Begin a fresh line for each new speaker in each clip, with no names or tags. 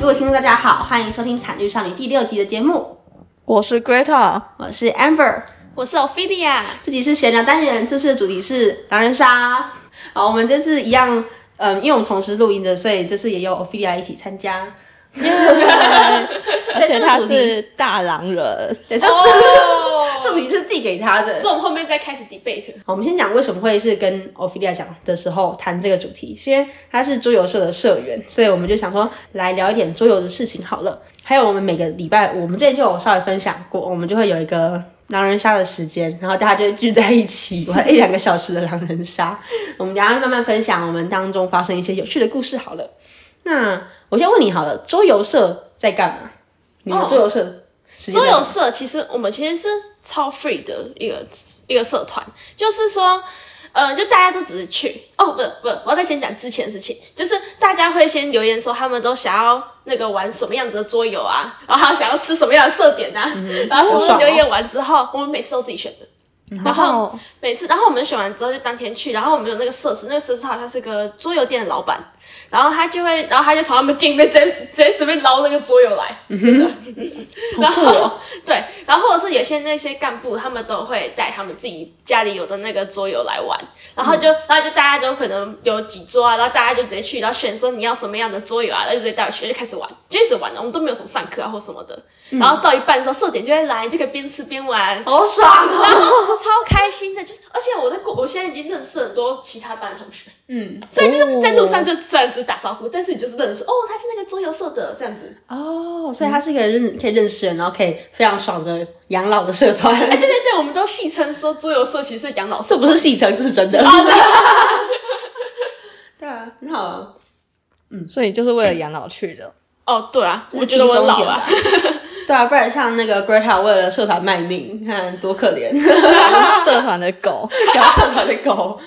的听众大家好，欢迎收听《惨剧少女》第六集的节目，
我是 Greta，
我是 Amber，
我是 Ophelia。
这集是闲聊单元，这次的主题是狼人杀。好，我们这次一样，嗯，因为我们同时录音的，所以这次也有 Ophelia 一起参 加。
而且他是大狼人，
对，这
哦
这主题是递给他的
这。我们后面再开始 debate。
好，我们先讲为什么会是跟 Ophelia 讲的时候谈这个主题，是因为他是桌游社的社员，所以我们就想说来聊一点桌游的事情好了。还有我们每个礼拜，我们之前就有稍微分享过，我们就会有一个狼人杀的时间，然后大家就会聚在一起玩一两个小时的狼人杀。我们等一下慢慢分享我们当中发生一些有趣的故事好了。那我先问你好了，桌游社在干嘛？你们
哦
桌游社时间
桌
在干嘛、
游社其实我们其实是超 free 的一个一个社团，就是说，呃，就大家都只是去哦，不不，我要再先讲之前的事情，就是大家会先留言说他们都想要那个玩什么样子的桌游啊，然后还有想要吃什么样的设点啊，然
好
后全部
爽
都
哦
留言完之后，我们每次都自己选的。
嗯
然后
哦
每次，然后我们选完之后就当天去，然后我们有那个设施，那个设施好像是个桌游店的老板，然后他就会，然后他就从他们店里面直接直接准备捞那个桌游来，真的。 然
哦
后、 对，然后或者是有些那些干部他们都会带他们自己家里有的那个桌游来玩，然后就、然后就大家都可能有几桌啊，然后大家就直接去，然后选说你要什么样的桌游啊，然后就直接带回去就开始玩，就一直玩了，我们都没有什么上课啊或什么的，然后到一半的时候设点就会来，你就可以边吃边玩，
好爽
然
哦！
后 超开心的，就是而且我在过，我现在已经认识很多其他班的同学，
嗯，
所以就是
哦
在路上就虽然只是打招呼，但是你就是认识哦，他是那个桌游社的这样子。
哦，
嗯
所以他是一个认可以认识人，然后可以非常爽的养老的社 团。
哎，对对对，我们都戏称说桌游社其实是养老社
这，不是戏称，这是真的。
啊对
对啊，很好啊。
所以就是为了养老去 的。
哦，对啊，
这
我
是
觉
轻
得
松一
我
点的
老了。
对啊，不然像那个 Greta 为了社团卖命，你看多可 怜，
社团的狗，
搞社团的狗。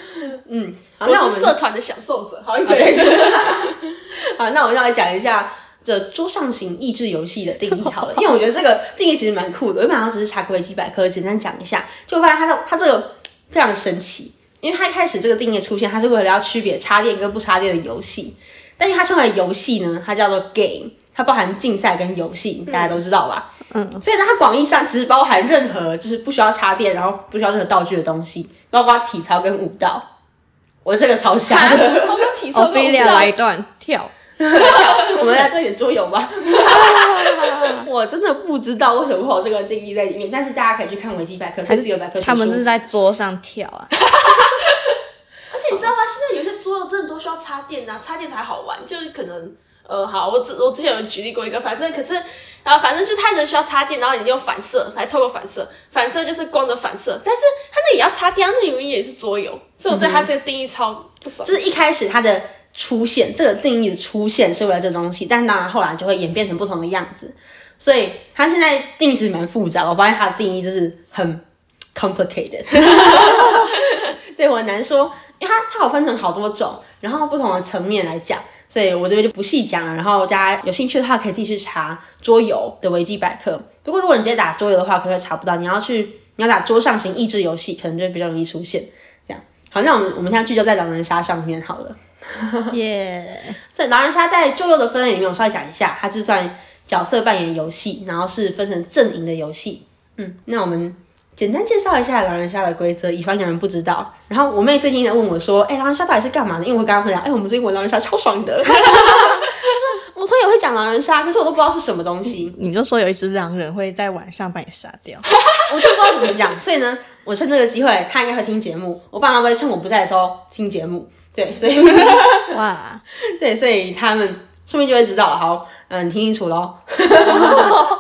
嗯，好，那我
我啊
们
是社团的享受者， 好一
对对
点。
对。 好，那我们要来讲一下这桌上型益智游戏的定义 好了，因为我觉得这个定义其实蛮酷的。我原本好像只是查过维基百科，简单讲一下，就发现它的它这个非常神奇，因为它一开始这个定义出现，它是为了要区别插电跟不插电的游戏，但是它称为游戏呢，它叫做 game。它包含竞赛跟游戏，大家都知道吧？
嗯，
所以呢，它广义上其实包含任何就是不需要插电，然后不需要任何道具的东西，包括体操跟舞蹈。我这个超瞎的，
我们体操
哦
跟舞
l
蹈
a 来一段跳，
我们来做一点桌游 吧。我真的不知道为什么会有这个定义在里面，但是大家可以去看维基百科，这是有百科全书
他们是在桌上 跳啊，
而且你知道吗？现在有些桌游真的都需要插电啊，插电才好玩。就是可能，呃，好，我之我之前有举例过一个，反正可是，然后反正就它人需要插电，然后你用反射来透过反射，反射就是光的反射，但是它那也要插电，它那里面也是桌游，所以我对它这个定义超不爽。
就是一开始它的出现，这个定义的出现是为了这东西，但当然后来就会演变成不同的样子。所以它现在定义其实蛮复杂，我发现它的定义就是很 complicated，对我很难说，因为它它有分成好多种，然后不同的层面来讲，所以我这边就不细讲了。然后大家有兴趣的话，可以继续查桌游的维基百科。不过如果你直接打桌游的话，可能会查不到，你要去你要打桌上型益智游戏，可能就比较容易出现。这样，好，那我们我们现在聚焦在狼人杀上面好了。
耶，
这狼人杀在旧右的分类里面，我稍微讲一下，它是算角色扮演游戏，然后是分成阵营的游戏。嗯，那我们简单介绍一下狼人杀的规则，以防有人不知道。然后我妹最近在问我说，哎、狼人杀到底是干嘛的？因为我刚刚分享，哎、我们最近玩狼人杀超爽的。 她说我朋友会讲狼人杀，可是我都不知道是什么东西。
你就说有一只狼人会在晚上把你杀掉，
我就不知道怎么讲，所以呢，我趁这个机会，他应该会听节目。我爸妈会趁我不在的时候听节目，对，所以
哇，
对，所以他们说不定就会知道了。好，嗯，你听清楚喽。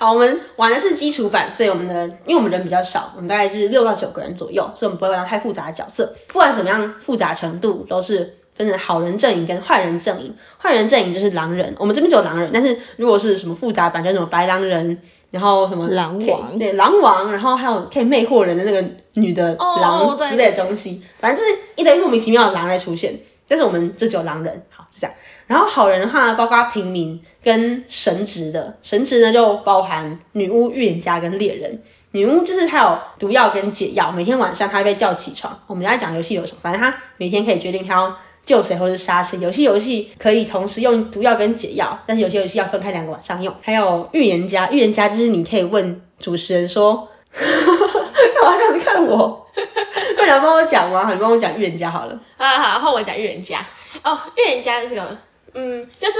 好，我们玩的是基础版，所以我们的因为我们人比较少，我们大概是六到九个人左右，所以我们不会玩到太复杂的角色。不管怎么样复杂程度，都是分成好人阵营跟坏人阵营。坏人阵营就是狼人，我们这边只有狼人，但是如果是什么复杂版，就是什么白狼人，然后什么
狼
可以
王
对狼王，然后还有可以魅惑人的那个女的
哦
狼
我知道
之类的东西，反正就是一堆莫名其妙的狼在出现。但是我们这只有狼人，好是这样。然后好人的话呢，包括平民跟神职的，神职呢就包含女巫、预言家跟猎人。女巫就是她有毒药跟解药，每天晚上她会被叫起床。我们在讲游戏有什么，反正她每天可以决定她要救谁或是杀谁。有些游戏可以同时用毒药跟解药，但是有些游戏要分开两个晚上用。还有预言家，预言家就是你可以问主持人说，干嘛这样子看我？不然帮我讲吗？好你帮我讲预言家好了。
啊，好，换我讲预言家。哦，预言家这个，嗯，就是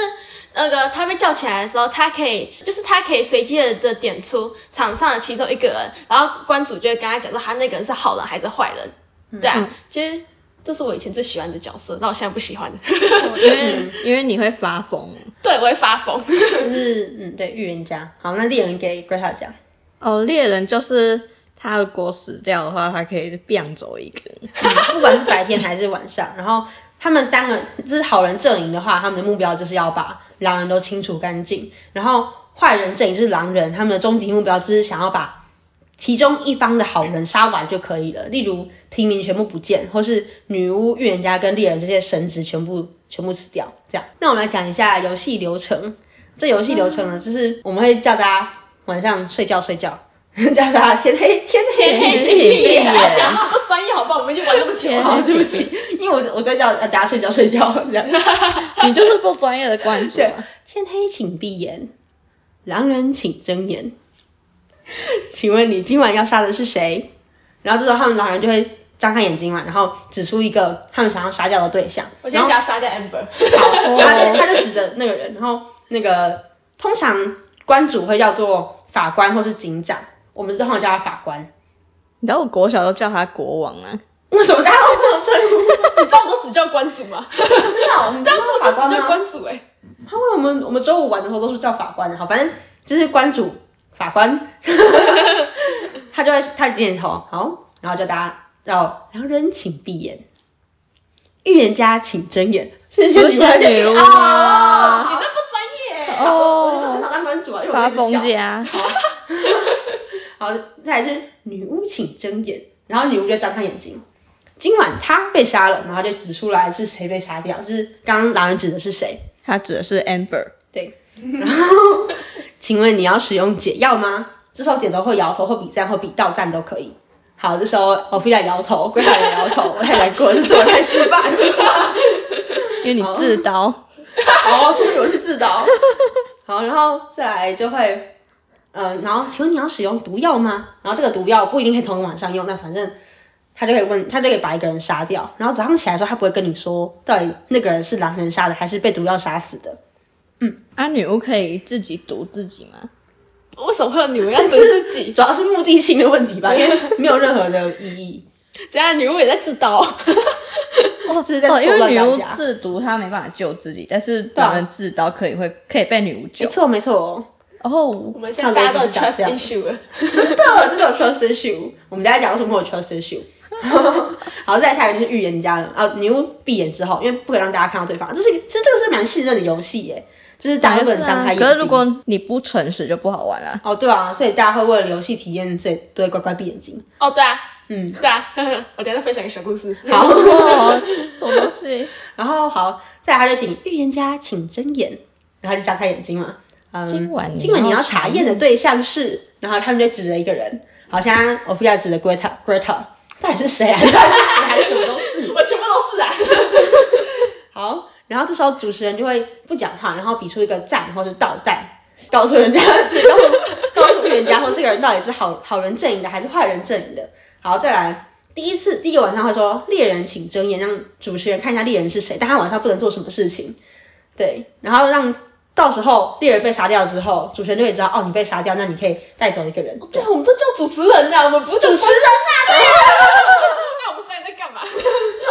那个他被叫起来的时候，他可以，就是他可以随机的的点出场上的其中一个人，然后关主就会跟他讲说他那个人是好人还是坏人。对啊，其实这是我以前最喜欢的角色，但我现在不喜欢了。
因
嗯
为因为你会发疯。
对，我会发疯。
就是嗯，对，预言家。好，那猎人给 Greta 讲，
哦，猎人就是他如果死掉的话，他可以变走一个。
嗯不管是白天还是晚上，然后他们三个就是好人阵营的话，他们的目标就是要把狼人都清除干净，然后坏人阵营就是狼人，他们的终极目标就是想要把其中一方的好人杀完就可以了，例如平民全部不见，或是女巫、预言家跟猎人这些神职全部全部死掉，这样。那我们来讲一下游戏流程。这游戏流程呢，就是我们会叫大家晚上睡觉睡觉， 叫大家天黑天黑
天黑
请
请
闭
闭眼，
眼
讲话不专业好不好？我们已经玩那么久
天
好，
了。
对不起，因为我我在叫呃大家睡觉睡 觉这样。
你就是不专业的关注、
对
啊。，
天黑请闭眼，狼人请睁眼。请问你今晚要杀的是谁？然后这时候他们狼人就会张开眼睛嘛，然后指出一个他们想要杀掉的对象。
我先
然后
给他杀掉 Amber。
好，然 后他就他就指着那个人，然后那个通常关主会叫做法官或是警长，我们通常叫他法官。
你知道我国小都叫他国王啊，
为什么大家会这样称呼？
你知道我都只叫关主吗？
真的哦， 你知道
我
法
都
官
只
吗
叫？关主哎、
他问我们，我们周五玩的时候都是叫法官的，好，反正就是关主法官， 他就会他点头，好，然后就大家要狼人请闭眼，预言家请睁眼，是
不是女 巫
哦你
吗？
这不专业、
我
欸。
很
哦，
少当关主啊，因为我
发
一直笑
疯。家，
好，再来是女巫请睁眼，然后女巫就张开眼睛，今晚她被杀了，然后就指出来是谁被杀掉，就是刚刚狼人指的是谁。
他指的是 Amber。
对，然后请问你要使用解药吗？这时候剪头或摇头或比赞或比到赞都可以。好，这时候欧菲亚摇头，龟海也摇头， 我太难过了，这次我太失败了。
因为你自刀，
好，所以我是自导。好，然后再来就会，呃，然后请问你要使用毒药吗？然后这个毒药不一定可以同一个晚上用，但反正他就可以问，他就可以把一个人杀掉。然后早上起来的时候，他不会跟你说到底那个人是狼人杀的还是被毒药杀死的。
啊，女巫可以自己毒自己吗？
为什么会有女巫要毒自 己？
主要是目的性的问题吧，因为没有任何的意义。
怎样？女巫也在自刀？
哦，这是在
哦，因
错
为
乱
女
大
巫
家。
自毒，她没办法救自己，但是
啊
我们自刀可以会可以被女巫
没
救。
错没错，
然
哦
后
我们现在大家都有 trust issue 了。
真 的真的有 trust issue。我们大家讲为什么会有 trust issue。好，再下一个就是预言家了啊！女巫闭眼之后，因为不可以让大家看到对方，这是一个其实这个是蛮信任的游戏耶，就是大家都不能张开眼睛。
啊可是如果你不诚实就不好玩 了。
哦对啊，所以大家会为了游戏体验，所以都会乖乖闭眼睛。
哦，对啊，
嗯，
对啊， 我等一下再分享一个小故事。
好，
哦，什么东西？
然后好，再来他就请预言家请睁眼，然后他就张开眼睛嘛。嗯，
今晚你
今晚你
要
要
查
查验的对象是，然后他们就指着一个人，好，现在我不要指着 Greta Greta，到底是谁啊？到底 是谁还是什么都是？
我全部都是啊。
好，然后这时候主持人就会不讲话，然后比出一个赞或是倒赞，告诉人家， 告诉告诉预言家说这个人到底是好好人阵营的还是坏人阵营的。好，再来第一次第一个晚上会说猎人请睁眼，让主持人看一下猎人是谁，但他晚上不能做什么事情。对，然后让到时候猎人被杀掉之后，主持人就会知道哦，你被杀掉，那你可以带走一个人。
对，我们都叫主持人啊呐，我们不是主
主持人。
那我们三个在干嘛？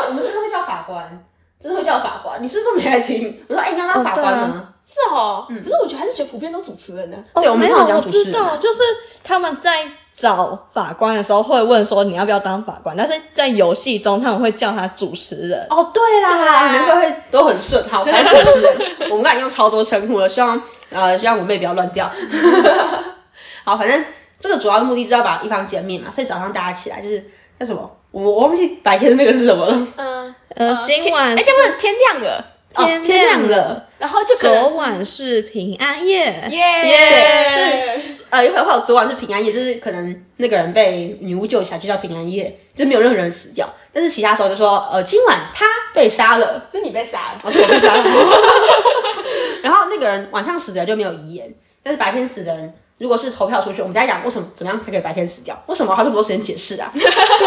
我们真的会叫法官，真的会叫法官。你是不是都没来听？我说哎，你要当
哦
法
对
官
啊
吗？
是哦，
嗯
可是我觉得还是觉得普遍都主持人啊呢。
对我
哦，
们
没有，
通常讲
我
主持
知
人
道，就是他们在找法官的时候会问说你要不要当法官，但是在游戏中他们会叫他主持人。
哦，对啦，
对啊
难怪会都很顺。 好，反正主持人，我们刚才用超多称呼了，希望呃，希望我妹不要乱 掉。好，反正这个主要的目的就是要把一方歼灭嘛，所以早上大家起来就是那什么，我我忘记白天那个是什么了。
嗯，
呃，今晚
而且问天亮了，
哦
天
天亮
亮
了
了，
然后就可能
昨晚是平安夜。
耶
对，是呃，有可能会有昨晚是平安夜，就是可能那个人被女巫救起来就叫平安夜，就是没有任何人死掉。但是其他时候就说，呃，今晚他被杀了，
是你被杀了，
我说我被杀了。 然后那个人晚上死的人就没有遗言，但是白天死的人。如果是投票出去，我们在讲为什么怎么样才可以白天死掉？为什么花这么多时间解 释啊？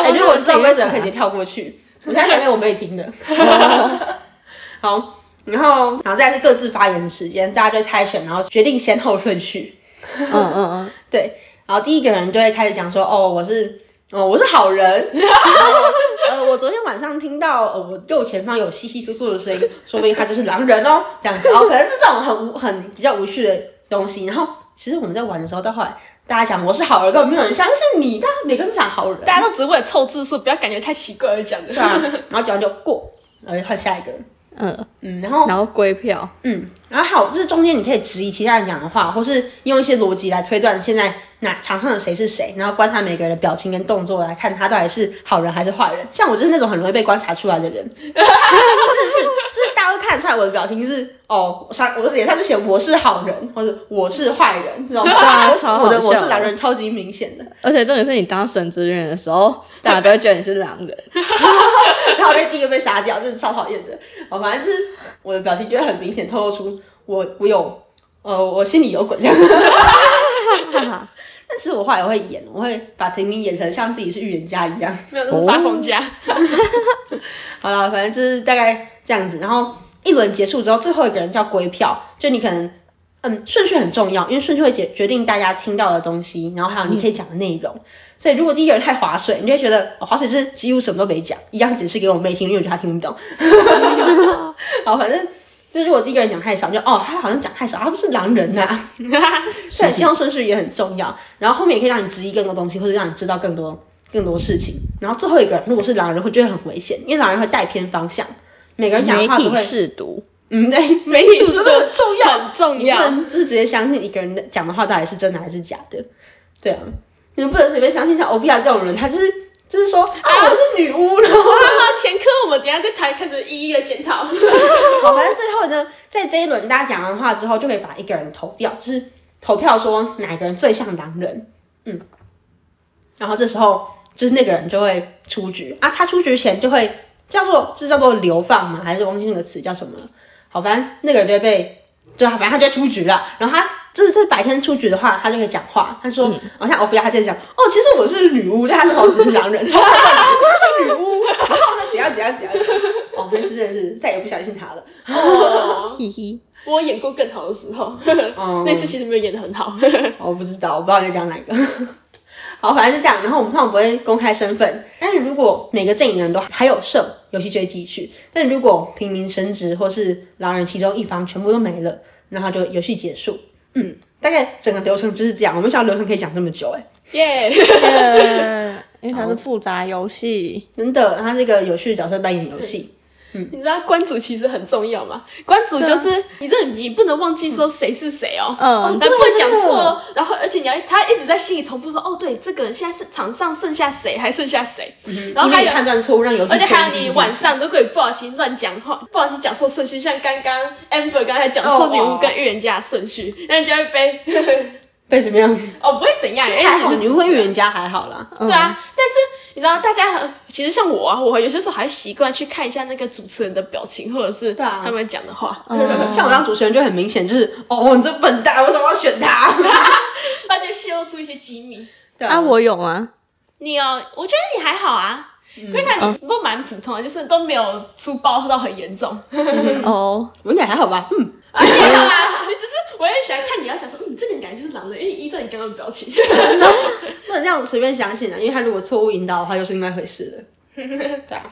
哎如果知道规则可以直接跳过去。我才讲给我妹听的。 好，然后然后再来是各自发言的时间，大家就猜拳，然后决定先后顺序。
嗯嗯
对，然后第一个人就会开始讲说，哦，我是，哦，我是好人。 呃，我昨天晚上听到，呃，我右前方有稀稀疏疏的声音，说不定他就是狼人哦，这样子哦，可能是这种很无、很比较无趣的东西。然后，其实我们在玩的时候，到后来大家讲我是好人，根本没有人相信你，大家每个人都讲好人，
大家都只是为了凑字数，不要感觉太奇怪而讲的。
对啊，然后讲完就过，然后就换下一个人。
嗯
嗯，然后
嗯，然后归票，
嗯，然后还有就是中间你可以质疑其他人讲的话，或是用一些逻辑来推断现在哪场上的谁是谁，然后观察每个人的表情跟动作来看他到底是好人还是坏人。像我就是那种很容易被观察出来的 人，真的是就是大家会看得出来我的表情是哦，我上我的脸上就写我是好人或者我是坏人这种，
对啊
我
超好
我的我
笑
是狼人超级明显的，
而且重点是你当神职人员的时 候，大家都会觉得你是狼人。
然后我就第一个被杀掉，真的超讨厌的。哦，反正就是我的表情就会很明显透露出我我有呃我心里有鬼这样。但是我后来会演，我会把平民演成像自己是预言家一样。
没有，那是发疯家。
哦 好了，反正就是大概这样子。然后一轮结束之后，最后一个人叫归票，就你可能嗯顺序很重要，因为顺序会决决定大家听到的东西，然后还有你可以讲的内容。所以如果第一个人太划水，你就会觉得、哦、划水就是几乎什么都没讲，一样只是给我妹听，因为我觉得她听不懂。 好，反正。就是如果第一个人讲太少，就哦，他好像讲太少，他不是狼人呐、所以先后顺序也很重要，然后后面也可以让你质疑更多东西，或者让你知道更多更多事情。然后最后一个人如果是狼人，会觉得很危险，因为狼人会带偏方向，每个人讲的
媒
话都
体
会，
试 读，
嗯，对，媒
体
体
是
真的很重要，
很重
你
要
不能就是直接相信一个人的讲的话到底是真的还是假的，对啊，你不能随便相信像欧比亚这种人，他就是就是说啊我是女巫，然后
好好好，前科我们等一下再谈，开始一一的检讨。
好，反正最后呢，在这一轮大家讲完话之后，就可以把一个人投掉，就是投票说哪个人最像狼人，嗯，然后这时候就是那个人就会出局啊，他出局前就会叫做是叫做流放吗？还是忘记那个词叫什么了？好，反正那个人就会被，对啊，反正他就会出局了。然后他就是这白天出局的话，他就可以讲话，他说，好、像欧菲拉他就讲，哦，其实我是女巫，但他是好只是狼人，超过分的，他是女巫， 然后呢怎样怎样怎样，哦，那次真的是再也不相信他了。
哦，
嘿嘿，
我演过更好的时候，
哦
那次其实没有演的很好。
我不知道，我不知道你在讲哪个。 好，反正是这样。然后我们通常不会公开身份，但是如果每个阵营的人都还有剩，游戏就会继续。但如果平民升职或是狼人其中一方全部都没了，然后就游戏结束。嗯，大概整个流程就是这样。我们想流程可以讲这么久、欸，哎，
耶，
呃因为它是复杂游戏，
真的，它是一个有趣的角色扮演游戏。
你知道关主其实很重要吗？关主
啊
就是你这你不能忘记说谁是谁哦，
嗯
哦
嗯
但不能讲
真的
错，哦然后而且你要他一直在心里重复说，哦对，这个人现在是场上剩下谁，还剩下谁，然
嗯
后
因为
还
你
有
判断错误，让游戏
而且还
推
有
进
你
进
晚
去
上如果你不小心乱讲话，不小心讲错顺序，像刚刚 Amber 刚才讲错
哦
女巫跟预言家的顺序，那你就会被
被怎么样？
哦不会怎样，因为
还好，
你
你
是
问预言家还好啦。
嗯
对啊，但是你知道，大家很其实像我啊，我有些时候还习惯去看一下那个主持人的表情，或者是
对啊
他们讲的话，
嗯
像我当主持人就很明显，就是哦，你这笨蛋，为什么要选他？
那就泄露出一些机密。
对
啊，我有吗？
你哦，我觉得你还好啊，
嗯
瑞卡、你不过蛮普通的，就是都没有粗暴到很 严重。
哦，
我应该还好吧？嗯，
啊，你还好啊，你只是我也喜欢看你要想说，嗯，这个人感觉就是狼人，因为依照你刚刚的表情。
不能这样随便相信啊，因为他如果错误引导的话，又是另外一回事了。对啊，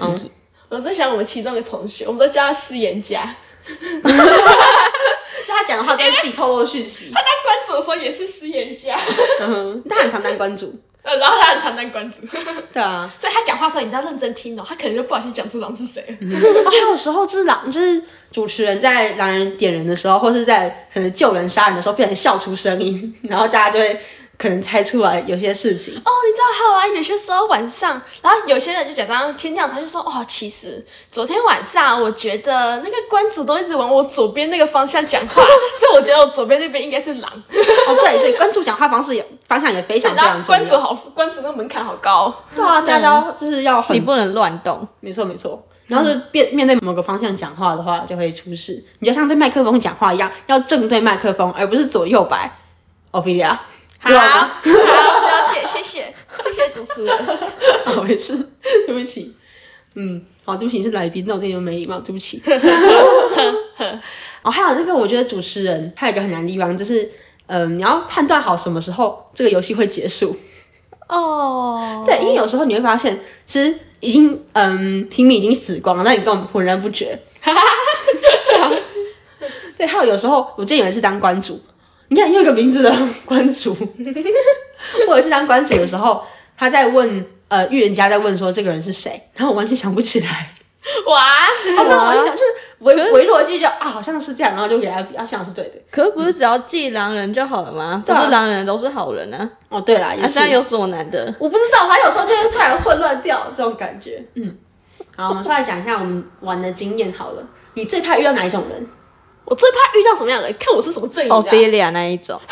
嗯，
我最喜欢我们其中一个同学，我们都叫他私言家。
就他讲的话都是自己透露讯息
他。当关主的时候也是私言家，
嗯， 他很常当关注。
呃，然后他很常当关主。
对啊，
所以他讲话的时候，你要认真听哦，他可能就不小心讲出狼是谁了。
嗯
哦，还有时候就是狼，就是主持人在 狼人点人的时候，或是在可能救人杀人的时候，不小心笑出声音，然后大家就会可能猜出来有些事情。
哦，你知道还有啊，有些时候晚上，然后有些人就假装天亮，他就说哦，其实昨天晚上我觉得那个关主都一直往我左边那个方 向讲话，所以我觉得我左边那边应该是狼。
哦， 对对，关注讲话方式也方向也非常非
然
常重
后
要。
关主好，关主那个门槛好高、哦。
对啊，大家就是要很
你不能乱动。
没错没错。然后是面面对某个方向讲话的话，就会出事。你就像对麦克风讲话一样，要正对麦克风，而不是左右摆。Ophelia，
好，好，了解，谢谢，谢谢主持 人。
哦，没事，对不起。嗯，好，对不起，你是来宾，那我这有没礼貌，对不 起。哦，还有这个，我觉得主持人还有一个很难的地方，就是，嗯、你要判断好什么时候这个游戏会结束。
哦，
对，因为有时候你会发现，其实已经，嗯，平民已经死光了，但你根本浑然不觉。 啊对，还有有时候，我之前有一次当关主，你看又一个名字的 关主，我有一次当关主的时候，他在问，呃，预言家在问说这个人是谁，然后我完全想不起来。
哇，哦
他
啊
问我就是维维洛基就啊，好像是这样，然后就给他比，他想是对的。
可是不是只要记狼人就好了吗？不
对啊
是狼人都是好人啊，
哦，对啦，
啊，
也
这
是。
样有什么难 的？
我不知道，他有时候就会突然混乱掉这种感觉。嗯，好，我们稍微讲一下我们玩的经验好了。你最怕遇到哪一种人？
我最怕遇到什么样的人？看我是什么阵
哦
营的、啊。
Ophelia 那一种，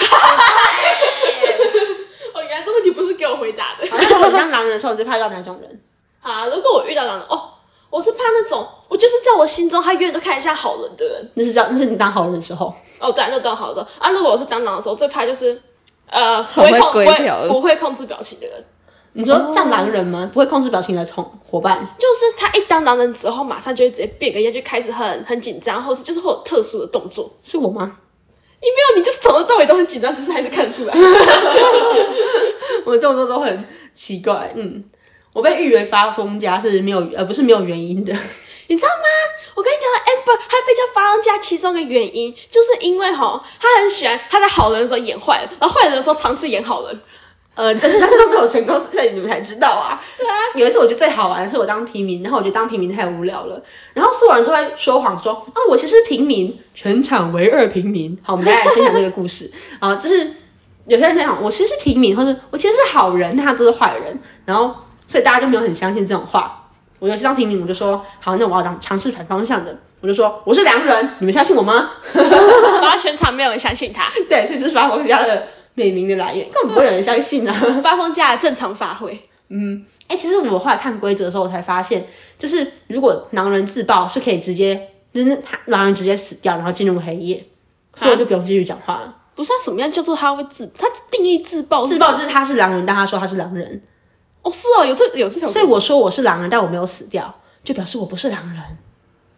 哦，原来这问题不是给我回答的。
好像我当狼人的时候，你最怕遇到哪种人？
啊，如果我遇到狼人，哦，我是怕那种，我就是在我心中他永远都看起来像好人的人。
那是叫那是你当好人的时候。
哦，对、啊，那当好的时候啊，如果我是当狼的时候，最怕就是呃不
很
会
会
控不
规
会
条
不会控制表情的人，
你说像狼人吗？不会控制表情的同伙伴。
就是他一当狼人之后，马上就会直接变个样，就开始很很紧张，或是就是会有特殊的动作。
是我 吗？
你没有，你就是从头到尾都很紧张，只是还是看得 出来。
我的动作都很奇怪。嗯，我被誉为发疯家是没有呃不是没有原因的。
你知道吗？我跟你讲，Amber 她被叫发浪家其中一个原因，就是因为吼，她很喜欢她在好人的时候演坏人，然后坏人的时候尝试演好人。
呃， 但是但是都没有成功，所以你们才知道啊。
对啊，
有一次我觉得最好玩的是我当平民，然后我觉得当平民太无聊了，然后所有人都在说谎说啊我其实是平民，全场唯二平民。好，我们大家来分享这个故事 啊，就是有些人在讲我其实是平民，或者我其实是好人，他都是坏人，然后所以大家就没有很相信这种话。我尤其当平民，我就说好，那我要当尝试反方向的，我就说我是良人，你们相信我吗？
然后全场没有人相信她，
对，所以这是法国家的美名的来源，根本不会有人相信啊。
发疯家的正常发挥。
嗯，哎、其实我后来看规则的时候，我才发现，就是如果狼人自爆是可以直接，就是他狼人直接死掉，然后进入黑夜，所以我就不用继续讲话了。
不是啊，什么样叫做他会自？他定义自爆是
自
什么
爆就是他是狼人，但他说他是狼人，
哦，是哦，有这有这条规则，
所以我说我是狼人，但我没有死掉，就表示我不是狼人。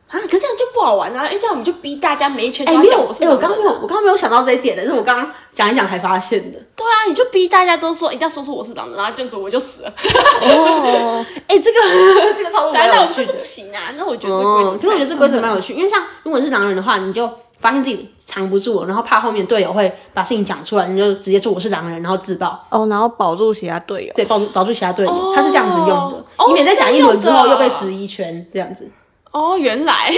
啊，可是这样就不好玩啊！哎，这样我们就逼大家每一圈都
哎、
要
没
讲
有，
我
哎、
是
我
狼人
刚
啊
刚没有，我刚刚没有想到这一点的，是我刚刚讲一讲才发现的。
对啊，你就逼大家都说一定要说出我是狼人，然后这样子我就死了。
哦，
哎、这个这个 操作蛮
来，那我
有
们
趣
这
的
不。行啊！那我觉得这规则
哦
不太行，
可是我觉得这规则蛮有趣，因为像如果你是狼人的话，你就发现自己藏不住了，然后怕后面队友会把事情讲出来，你就直接说我是狼人，然后自爆，
哦，然后保住其他队友。
对，保住保住其他队友，
哦
他是这样子用的。
哦
你每再讲一轮之后
这
又
样用
被
的
质疑圈这样子，
哦，原来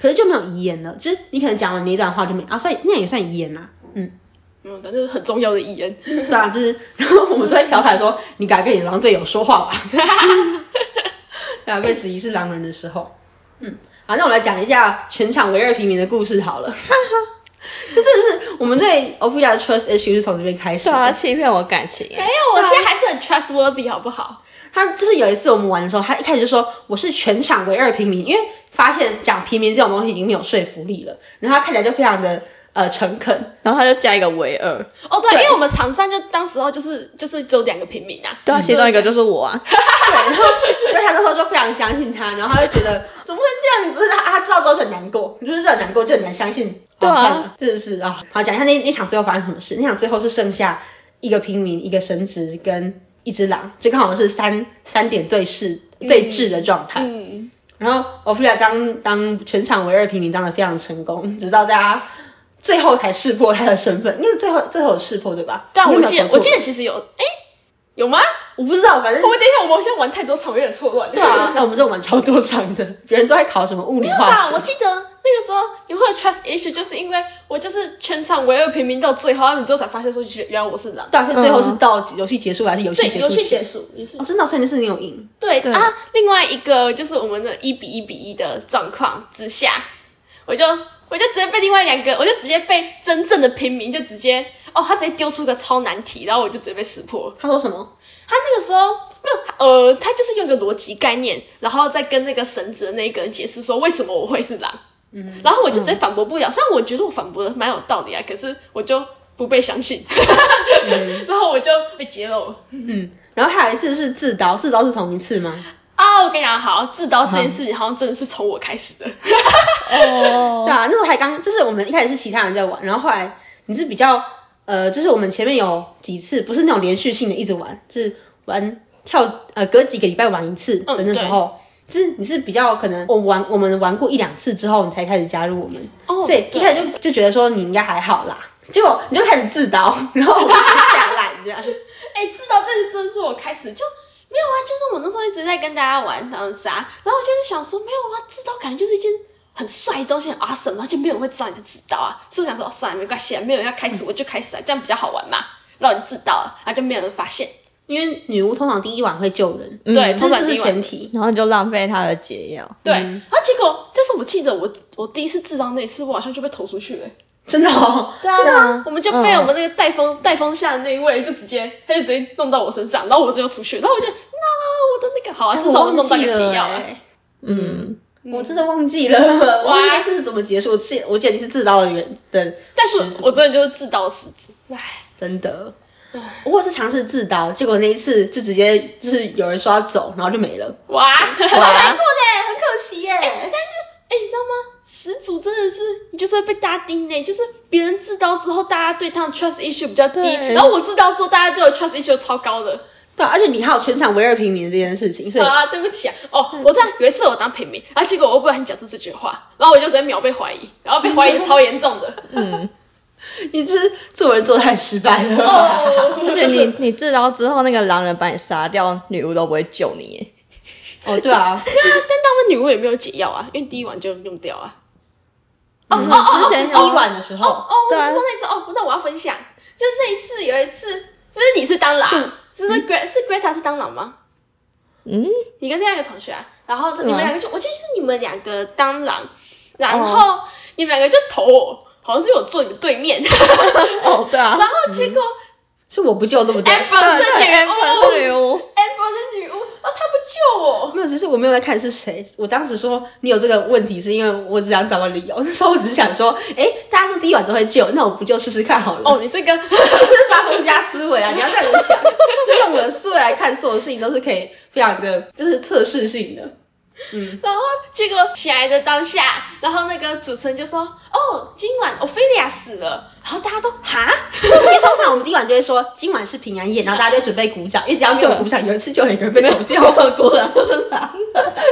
可是就没有遗言了，就是你可能讲完你一段话就没啊，所以那也算遗言呐、嗯，
嗯，但是很重要的遗言。
对啊，就是，然后我们都在调侃说，你敢跟你狼队友说话吧？ 大家被质疑是狼人的时候，嗯，好，那我来讲一下全场唯二平民的故事好了。 这真的是我们对 Ophelia 的 trust issue 是从这边开始
对啊，
的。
欺骗我感情啊
没。有，
啊
我现在还是很 trustworthy，好不好？
他就是有一次我们玩的时候，他一开始就说我是全场唯二平民，因为发现讲平民这种东西已经没有说服力了，然后他看起来就非常的呃诚恳，
然后他就加一个唯二，
哦，对，
对
因为我们场上就当时候就是就是只有两个平民啊。
对啊，其中一个就是我啊。
对，然后而且他那时候就非常相信他，然后他就觉得怎么会这样子？他他知道之后就很难过，就是很难过，就很难相信。
对啊
好算了真的是啊。好，讲一下那那场最后发生什么事。那场最后是剩下一个平民、一个神职跟一只狼，就刚好是三三点对视对峙的状态。
嗯，
然后奥菲利亚当当全场唯二平民当的非常成功，直到大家最后才识破他的身份，因为最后最后有识破对吧？
但
你有
我
没有
记得
搞错
我记得其实有，哎，有吗？
我不知道，反
会
正
不会等一下我们好像玩太多场，有点错乱。
对 啊，那我们这种玩超多场的，别人都在考什么物
没
理
有
化
吧？
学。
我记得那个时候你会有 trust issue，就是因为我就是全场唯二平民到最后，他们之后才发现说原来我是狼。
到底是最后是
嗯
到游戏结束还是游戏
对，
结
游
束
戏
前
结？束，游戏
哦，真的，所以那是你有赢。
对
对
啊，另外一个就是我们的一比一比一的状况之下，我就我就直接被另外两个，我就直接被真正的平民就直接哦，他直接丢出个超难题，然后我就直接被识破。
他说什么？
他那个时候没有呃，他就是用一个逻辑概念，然后再跟那个绳子的那个人解释说为什么我会是狼，
嗯，
然后我就直接反驳不了。虽然我觉得我反驳的蛮有道理啊，可是我就不被相信， 然后我就被揭露了。
嗯，然后还有一次是自刀，自刀是同一次吗？
啊，我跟你讲，好，自刀这件事情好像真的是从我开始的。
哦，
对啊，那时候还刚，就是我们一开始是其他人在玩，然后后来你是比较，呃，就是我们前面有几次不是那种连续性的一直玩，就是玩跳，呃，隔几个礼拜玩一次
嗯
的那时候，就是你是比较可能我玩我们玩过一两次之后，你才开始加入我们，
哦
所以一
对
开始就就觉得说你应该还好啦，结果你就开始自刀，然后我就下来这样，
哎、自刀这是真的是我开始就没有啊，就是我那时候一直在跟大家玩狼人杀，啊然后我就是想说没有啊，自刀感觉就是一件很帅的东西，很 awesome，然后就没有人会知道你是自刀啊，所以我想说哦，算了，没关系啊，没有人要开始我就开始啊，这样比较好玩嘛，然后我就自刀了，然后就没有人发现。
因为女巫通常第一晚会救人，
嗯
对，
这
通常
这是
第一晚
前提，
然后就浪费他的解药。
对，
嗯
然后结果，但是我记得我我第一次自刀那一次，我好像就被投出去了、
真的哦，
对啊，
真的啊
我们就被我们那个带风、带风下的那一位就直接，他就直接弄到我身上，然后我就出去，然后我就，那、我的那个好啊，
哎
至少我弄到
忘
一
记
个
了
解药啊。
欸
嗯，
我真的忘记了，
哇
我那次是怎么结束？记我记得你是自刀的原的，
但是我真的就是自刀死子，唉，
真的
唉，
我也是尝试自刀，结果那一次就直接就是有人说要走，然后就没了，
哇，
难
哇，
过的，哎很可惜耶。
哎、你知道吗？始祖真的是，你就是会被大家盯呢、就是别人自刀之后，大家对他的 trust issue 比较低，
对
然后我自刀之后，大家对我 trust issue 超高的。
对，啊而且你还有全场唯二平民的这件事情，所以
啊，对不起啊，哦，我这样有一次我当平民，然后结果我不小心讲出这句话，然后我就直接秒被怀疑，然后被怀疑超严重的。
嗯，
你就是做人做得太失败了。
哦
而且你你自刀之后，那个狼人把你杀掉，女巫都不会救你耶。
哦，对啊，
但大部分女巫也没有解药啊，因为第一晚就用掉啊。哦
嗯
哦哦，
之前
第
有
一晚的时
哦
候，
哦，我
对啊
是说那次哦，那我要分享，就是那一次有一次，就是你是当狼，就是 Gre 是 Greta 是当狼吗？
嗯，
你跟另外一个同学啊，然后是
是
你
吗
们两个就，我记得是你们两个当狼，然后你们两个就投我，好像是我坐你们对面，
哦，对啊
然，后结果
是我不救，对不对？
Amber 是女
对对原
巫
本是女巫。
，Amber 是女巫，然后她不救我，
没有，只是我没有在看是谁。我当时说你有这个问题，是因为我只想找个理由。那时候我只是想说，哎，大家都第一晚都会救，那我不救试试看好了。
哦，，你这个。
就是发疯加思维啊！你要这样想，就用我的思维来看所有事情都是可以非常的，就是测试性的。嗯，
然后结果起来的当下，然后那个主持人就说：“哦，今晚欧菲利亚死了。”然后大家都哈，
因为通常我们第一晚就会说今晚是平安夜，然后大家就会准备鼓掌，因为只要没有鼓掌，有一次就有一个人 被走掉了，果然就是狼，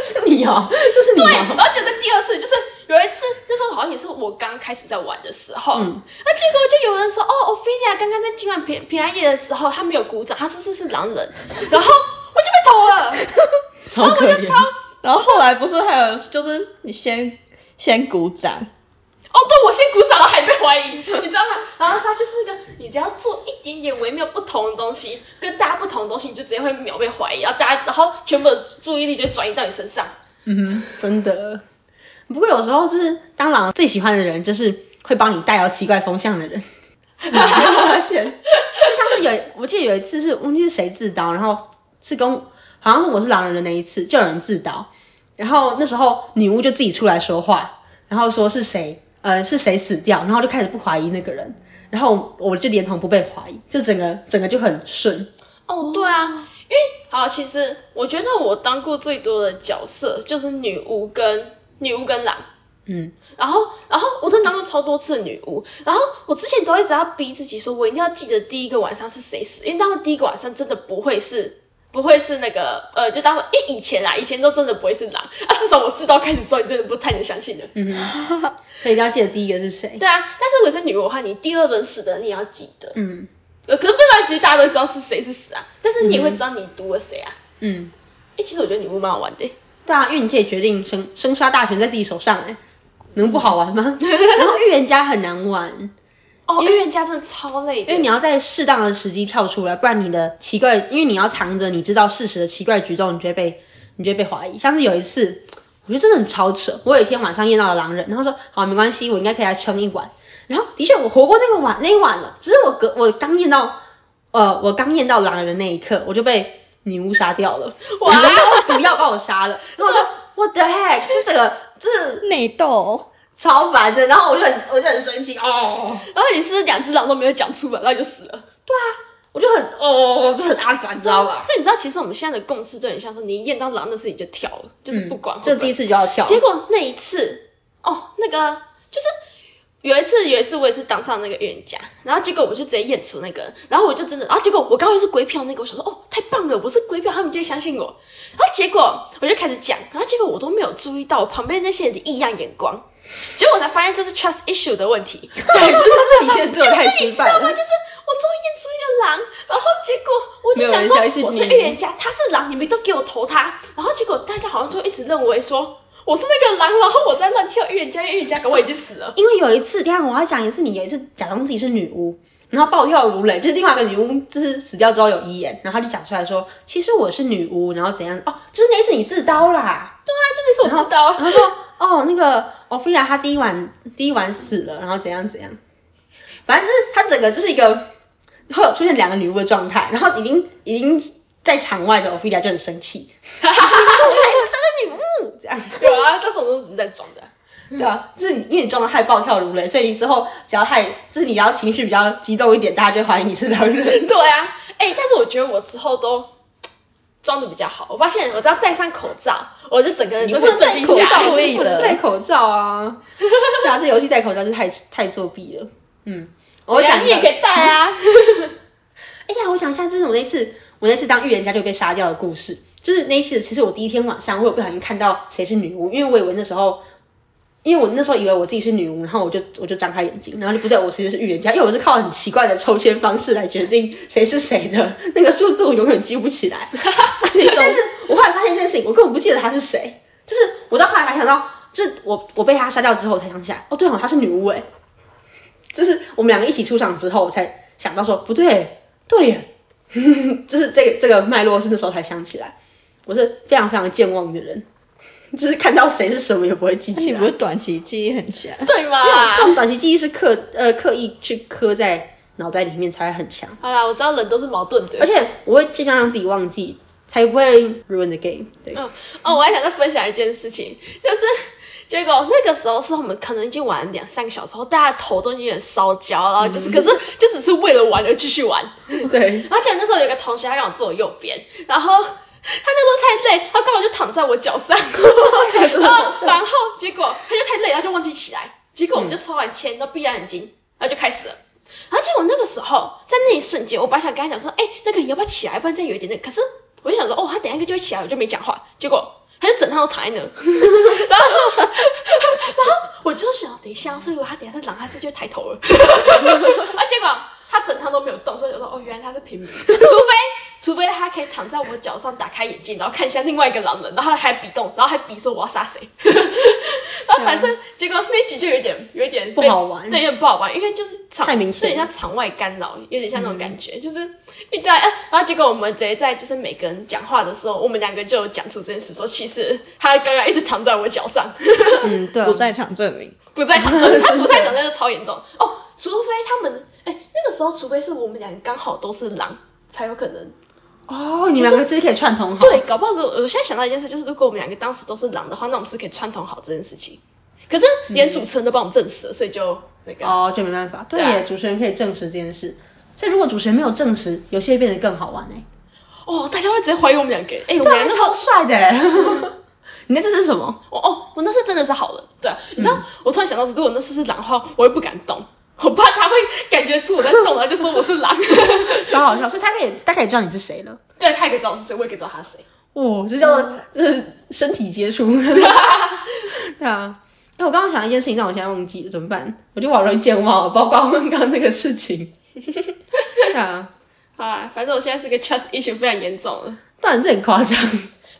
是你哦，就是你
对。
哦
然。后结果第二次就是有一次，那时候好像也是我刚开始在玩的时候，
嗯
那结果就有人说：“哦，欧菲利亚刚刚在今晚平平安夜的时候，他没有鼓掌，他是是是狼人。”然后我就被投了，
超
然后我
可
就
怜
超
然后后来不是还有，就是你先先鼓掌，
哦，对，我先鼓掌，还被怀疑，你 知道吗？然后他就是一个，你只要做一点点微妙不同的东西，跟大家不同的东西，你就直接会秒被怀疑，然后大家，然后全部的注意力就转移到你身上。
嗯哼，真的。不过有时候就是当狼最喜欢的人，就是会帮你带到奇怪风向的人。你有没有发现， 就像是有，我记得有一次是忘记是谁自刀，然后是跟好像是我是狼人的那一次，就有人自刀，然后那时候女巫就自己出来说话，然后说是谁，呃，是谁死掉，然后就开始不怀疑那个人，然后我就连同不被怀疑，就整个整个就很顺。
哦，对啊，因为好，其实我觉得我当过最多的角色就是女巫跟女巫跟狼。
嗯，
然后，然后我真的当过超多次的女巫。然后我之前都一直要逼自己说，我一定要记得第一个晚上是谁死，因为他们第一个晚上真的不会是，不会是那个，呃，就当我因为以前啦，以前都真的不会是狼啊。至少我知道开始之后，你真的不太能相信了。
嗯哼，所以一定要记得第一个是谁。
对啊，但是如果是女巫的话，你第二轮死的你也要记得。
嗯，
呃可是背叛其实大家都知道是谁是死啊，但是你也会知道你读了谁啊。
嗯，
哎、其实我觉得女巫蛮好玩的、
对啊，因为你可以决定生生杀大权在自己手上、哎，能不好玩吗？然后预言家很难玩，
哦，预言家真的超累的，
因为你要在适当的时机跳出来，不然你的奇怪，因为你要藏着你知道事实的奇怪举动，你就会被你就会被怀疑。像是有一次，我觉得真的很超扯，我有一天晚上验到了狼人，然后说好没关系，我应该可以来撑一晚。然后的确我活过那个晚那一晚了，只是我隔我刚验到呃我刚验到狼人的那一刻，我就被女巫杀掉了，
哇
然后 毒药把我杀了，然后我就 what the heck，这整个这
内斗，
超烦的，然后我就很我就很生气哦。
然后你是两只狼都没有讲出来，然后你就死了。
我就很哦，我就很阿展，你知道吧？
所以你知道，其实我们现在的共识都很像说，你一验到狼那事你就跳了，就是不管、
嗯这第一次就要跳。
结果那一次，哦，那个就是有一次，有一次我也是当上那个预言家，然后结果我就直接验出那个，然后我就真的，然后结果我刚好又是鬼票那个，我想说哦太棒了，我是鬼票，他们就会相信我。然后结果我就开始讲，然后结果我都没有注意到我旁边那些人的异样眼光，结果我才发现这是 trust issue 的问 题。
对，就是自己先做得太
就是
失
你知
败
道吗？
了
就。是我终于验出一个狼，然后结果我就讲
没有人相信
说我是
你
预言家，他是狼，你们都给我投他。然后结果大家好像都一直认为说我是那个狼，然后我在乱跳预言家，因为预言家搞我已经死了。
因为有一次，等一下我要讲一次，你有一次假装自己是女巫，然后暴跳如雷，就是另外一个女巫，就是死掉之后有遗言，然后她就讲出来说，其实我是女巫，然后怎样？哦，就是那次你自刀啦。
对啊，就那次我知道
然 后
啊。
说，哦，那个欧菲亚她第一晚第一晚死了，然后怎样怎样，反正就是她整个就是一个会有出现两个女巫的状态，然后已经已经在场外的欧菲亚就很生气，真的女巫这样。
有啊，但是我都只是在装的。
对啊，就是你因为你装的太暴跳如雷，所以你之后只要太就是你要情绪比较激动一点，大家就会怀疑你是狼人。
对啊，哎、但是我觉得我之后都装的比较好。我发现我只要戴上口罩，我就整个人
你
都
不
可以
能
镇
戴
定
口
下
罩，
来。
故意
不能
的
戴口罩啊！对啊，这游戏戴口罩就太太作弊了。嗯，我
我
讲
讲
一个
你也可以戴啊。
哎呀，我想一下，这是我那次我那次当预言家就被杀掉的故事。就是那一次，其实我第一天晚上我有不小心看到谁是女巫，因为我以为那时候，因为我那时候以为我自己是女巫，然后我就我就张开眼睛，然后就不对，我其实是预言家，因为我是靠很奇怪的抽签方式来决定谁是谁的，那个数字我永远记不起 来。但是我后来发现一件事情，我根本不记得她是谁，就是我到后来才想到，就是我我被她杀掉之后我才想起来，哦对哦，她是女巫哎、就是我们两个一起出场之后，我才想到说不对，对耶， 就是这个这个脉络是那时候才想起来。我是非常非常健忘的人， 就是看到谁是什么也不会记
那
起
你
来。
不是短期记忆很强？
对嘛
没有这种短期记忆是刻呃刻意去刻在脑袋里面才会很强，
好啦，我知道人都是矛盾的。
而且我会尽量让自己忘记，才不会 ruin the game。对，
嗯，哦，我还想再分享一件事情，就是结果那个时候是我们可能已经玩两三个小时后，大家头都已经有点烧焦，然后就是、可是就只是为了玩而继续玩。
对，
而且那时候有一个同学，他让我坐我右边，然后他那时候太累，他刚好就躺在我脚上，然后 然后结果他就太累，他就忘记起来，结果我们就抽完签都闭上眼睛，然后就开始了。然后结果那个时候，在那一瞬间，我本来想跟他讲说，哎、那个你要不要起来，不然这样有一点累。可是我就想说，哦，他等一下应该就会起来，我就没讲话。结果 他就整趟都躺在那，然后然后我就想，等一下，所以如果他等一下是狼，他是就会抬头了。 啊，结果他整趟都没有动，所以我说，哦，原来他是平 民，除非。除非他可以躺在我脚上，打开眼睛，然后看一下另外一个狼人，然后还比动，然后还比说我要杀谁。 然后反正结果那局就有点有点被
不好玩
对，有啊点不好玩，因为就是场
太明显嗯
有点像场外干扰，有点像那种感觉，就是因为对啊，啊然后结果我们直接在就是每个人讲话的时候，我们两个就有讲出这件事，说其实他刚刚一直躺在我脚上，
嗯，对啊，
不在场证明。
不在 场，他不在场那就超严重哦，除非他们哎那个时候，除非是我们两个刚好都是狼，才有可能。
哦，你们两个就是可以串通好。
对，搞不好如果我现在想到一件事，就是如果我们两个当时都是狼的话，那我们是可以串通好这件事情。可是连主持人都帮我们证实了，所以就那个。
嗯哦，就没办法。对
对啊
耶，主持人可以证实这件事，所以如果主持人没有证实，游戏会变得更好玩哎。
哦，大家会直接怀疑我们两个。哎、
对
我们
啊，
两
那
个那时候
超帅的 哎。你那次是什么？
我哦，我那次真的是好人，对、啊，你知道，我突然想到，如果那次是狼的话，我会不敢动，我怕他会感觉出我在动，然后就说我是 狼。
超好笑，所以他可以大概也知道你是谁了。
对，他也可以知道我是谁，我也可以知道他是谁。
哦，这叫就是身体接触。 对啊， 哎，我刚刚想到一件事情，但我现在忘记了，怎么办？我觉得我好容易健忘，包括我们刚刚那个事情。对啊，
好啦，反正我现在是个 trust issue 非常严重了。
当然这很夸张。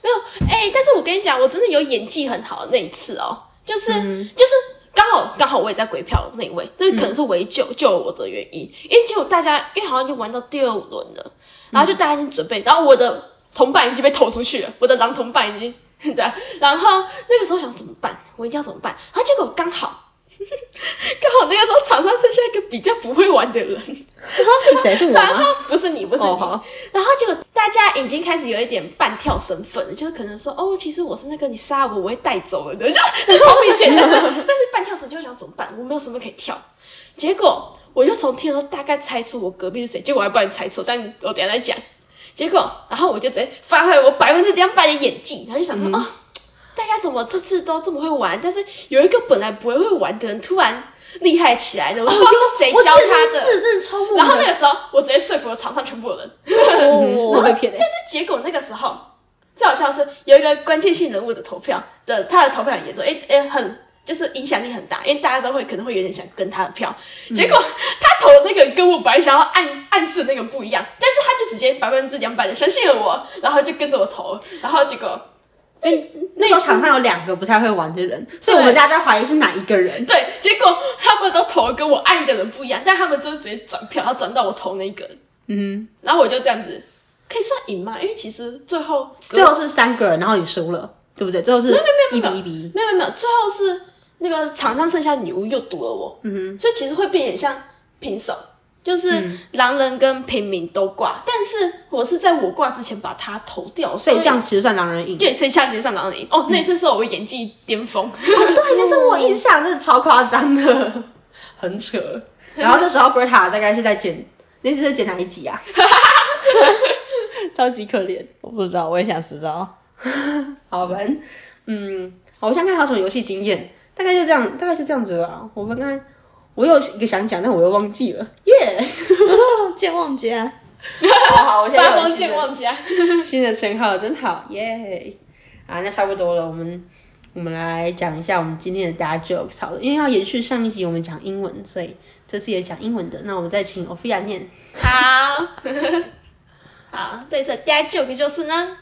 没有，哎、但是我跟你讲，我真的有演技很好的那一次哦，就是、
嗯
就是刚好刚好我也在鬼票那一位，这可能是唯一救、救了我的原因，因为结果大家因为好像已经玩到第二轮了，然后就大家已经准备，然后我的同伴已经被投出去了，我的狼同伴已经 对啊、然后那个时候想怎么办，我一定要怎么办，然后结果刚好。 刚好那个时候场上剩下一个比较不会玩的人，
是谁是我
然后
吗？
不是你，不是你，
哦好
然后结果大家已经开始有一点半跳身份了，就是可能说哦，其实我是那个你杀我，我会带走了 的，就好明显的。但是半跳绳就会想怎么办？我没有什么可以跳。结果我就从听的时候大概猜出我隔壁是谁，结果我还不然猜错，但我等一下再讲。结果，然后我就直接发挥我百分之两百的演技，然后就想说
嗯
啊、大家怎么这次都这么会玩？但是有一个本来不会会玩的人突然厉害起来了，我不知道是谁
哦我
教
记
他
得这
的。
次真的超猛的。
然后那个时候，我直接说服了场上全部的人。
嗯我被骗
但
嘞
是。结果那个时候，最好笑的是有一个关键性人物的投票的，他的投票很严重，诶诶，很就是影响力很大，因为大家都会可能会有点想跟他的票。
嗯
结果他投的那个跟我本来想要暗暗示的那个不一样，但是他就直接百分之两百的相信了我，然后就跟着我投，然后结果
哎那时候场上有两个不太会玩的人，所以我们大家怀疑是哪一个人。
对，结果他们都投的跟我爱的人不一样，但他们就直接转票，然后转到我投那一个人。
嗯，
然后我就这样子，可以算赢吗？因为其实最后
最后是三个人，然后你输了，对不对？最后是
没有没
一
有没有
比一比一。
没有没有没有，最后是那个场上剩下女巫又毒了我，
嗯哼，
所以其实会变得很像平手，就是
嗯
狼人跟平民都挂，但是我是在我挂之前把他投掉，
所以这样其实算狼人赢。
对，所以下决上狼人赢。哦，那次是我演技巅峰，
哦对，那是我印象，真的超夸张的，很扯。
嗯
然后那时候 Berta 大概是在剪，那次是剪哪一集 啊？超级可怜。
我不知道，我也想知道。
好，反正嗯，好我想看还有什么游戏经验，大概就这样，大概就这样子吧。我刚刚我有一个想讲，但我又忘记了，耶、
健忘家，
好好，我现在
发
有
疯
新
健
的
忘家。
啊新的称号真好，耶！啊，那差不多了，我们我们来讲一下我们今天的大家 jokes 好了，因为要延续上一集我们讲英文，所以这次也讲英文的。那我们再请 Ophia 念。
好， 好，对这第二 joke 就是呢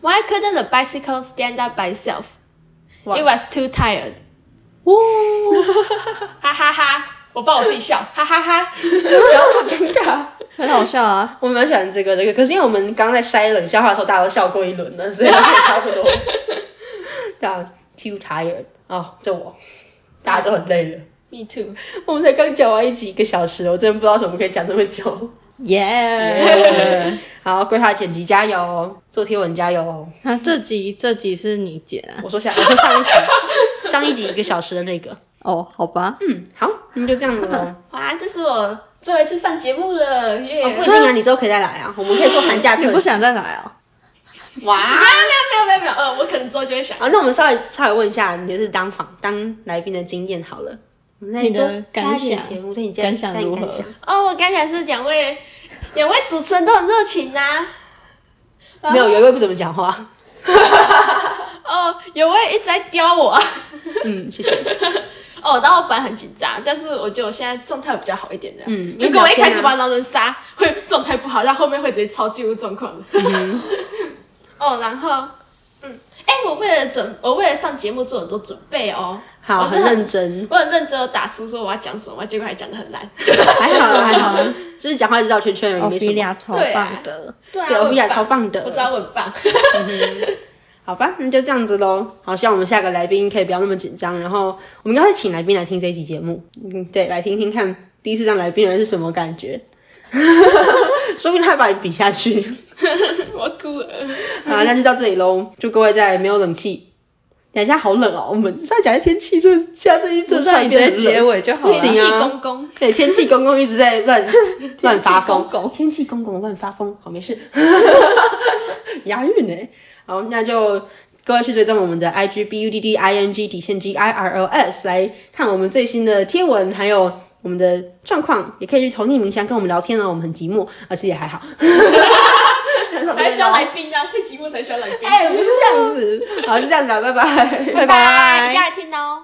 ，Why couldn't the bicycle stand up by itself? It was too tired.
哇，
哈哈哈，我帮我自己笑，哈哈哈。
好尴尬。
很好笑啊。
我蛮喜欢这个这个，可是因为我们刚在筛冷笑话的时候，大家都笑过一轮了，所以差不 多。大家 too tired 哦，这我，大家都很累了。
Me too。
我们才刚讲完一集一个小时，我真的不知道怎么可以讲那么久。
耶！
好，规划剪辑加油哦，做贴文加油哦。
那这集这集是你剪啊？
我说下，我说上一 集，上一集一个小时的那个。
哦，好吧。
嗯，好，那就这样子哦 喽。
哇，这是我最后一次上节目了，耶、
哦，不一定啊，你之后可以再来啊，我们可以做寒假
你
特
不
辑。
想再来哦？
哇
没有没有没有没有没有，呃，我可能之后就会想，
好，那我们稍微稍微问一下你是当访当来宾的经验好了，我们再
你
多
的
加
感
一点
想
节目，对你加
感想
加点
如
感
何
想
哦，我刚才是两位，两位主持人都很热情啊哦呐、
没有，有一位不怎么讲 话。
哦，有位一直在刁我、啊。
嗯，谢谢。
哦，然后我本来很紧张，但是我觉得我现在状态比较好一点的。
嗯
就跟我一
因为聊
开始
天啊
玩狼人杀会状态不好，但后面会直接超进入状况的。
嗯
哦，然后，嗯，哎，我为了准，我为了上节目做很多准备哦。
好
我
很
是
认真
我很认真的打出说我要讲什么，结果还讲的很烂。
还好啦还好啦，就是讲话一直绕圈圈而已，
奥
没什
菲利亚
么。
超
对啊
棒的。
对啊，
对
我很
欧比亚
棒
超棒的嗯
我知道我很棒。
好吧，那就这样子喽。好，希望我们下个来宾可以不要那么紧张，然后我们应该会请来宾来听这一期节目。嗯，对，来听听看第一次当来宾的人是什么感觉， 说不定他还把你比下去。
我哭了。
好，那就到这里喽。祝各位在没有冷气，等一下好冷哦。我们上讲天气，这现在最近这
不是你直接结尾就好
不
了
行
天气
啊，
公公
对，天气公公一直在 乱乱发疯
天气公，公
天气公公乱发疯，好没 事，押韵呢。好，那就各位去追踪我们的 IG B U D D I N G 底线 G I R L S 来看我们最新的贴文，还有我们的状况，也可以去投匿名箱跟我们聊天哦，我们很寂寞，而且也还 好。
才需要来宾啊，
哎
最寂寞才需要来宾。
哎，不是这样子，好，就这样子啊，拜拜，
拜拜，大家来听哦。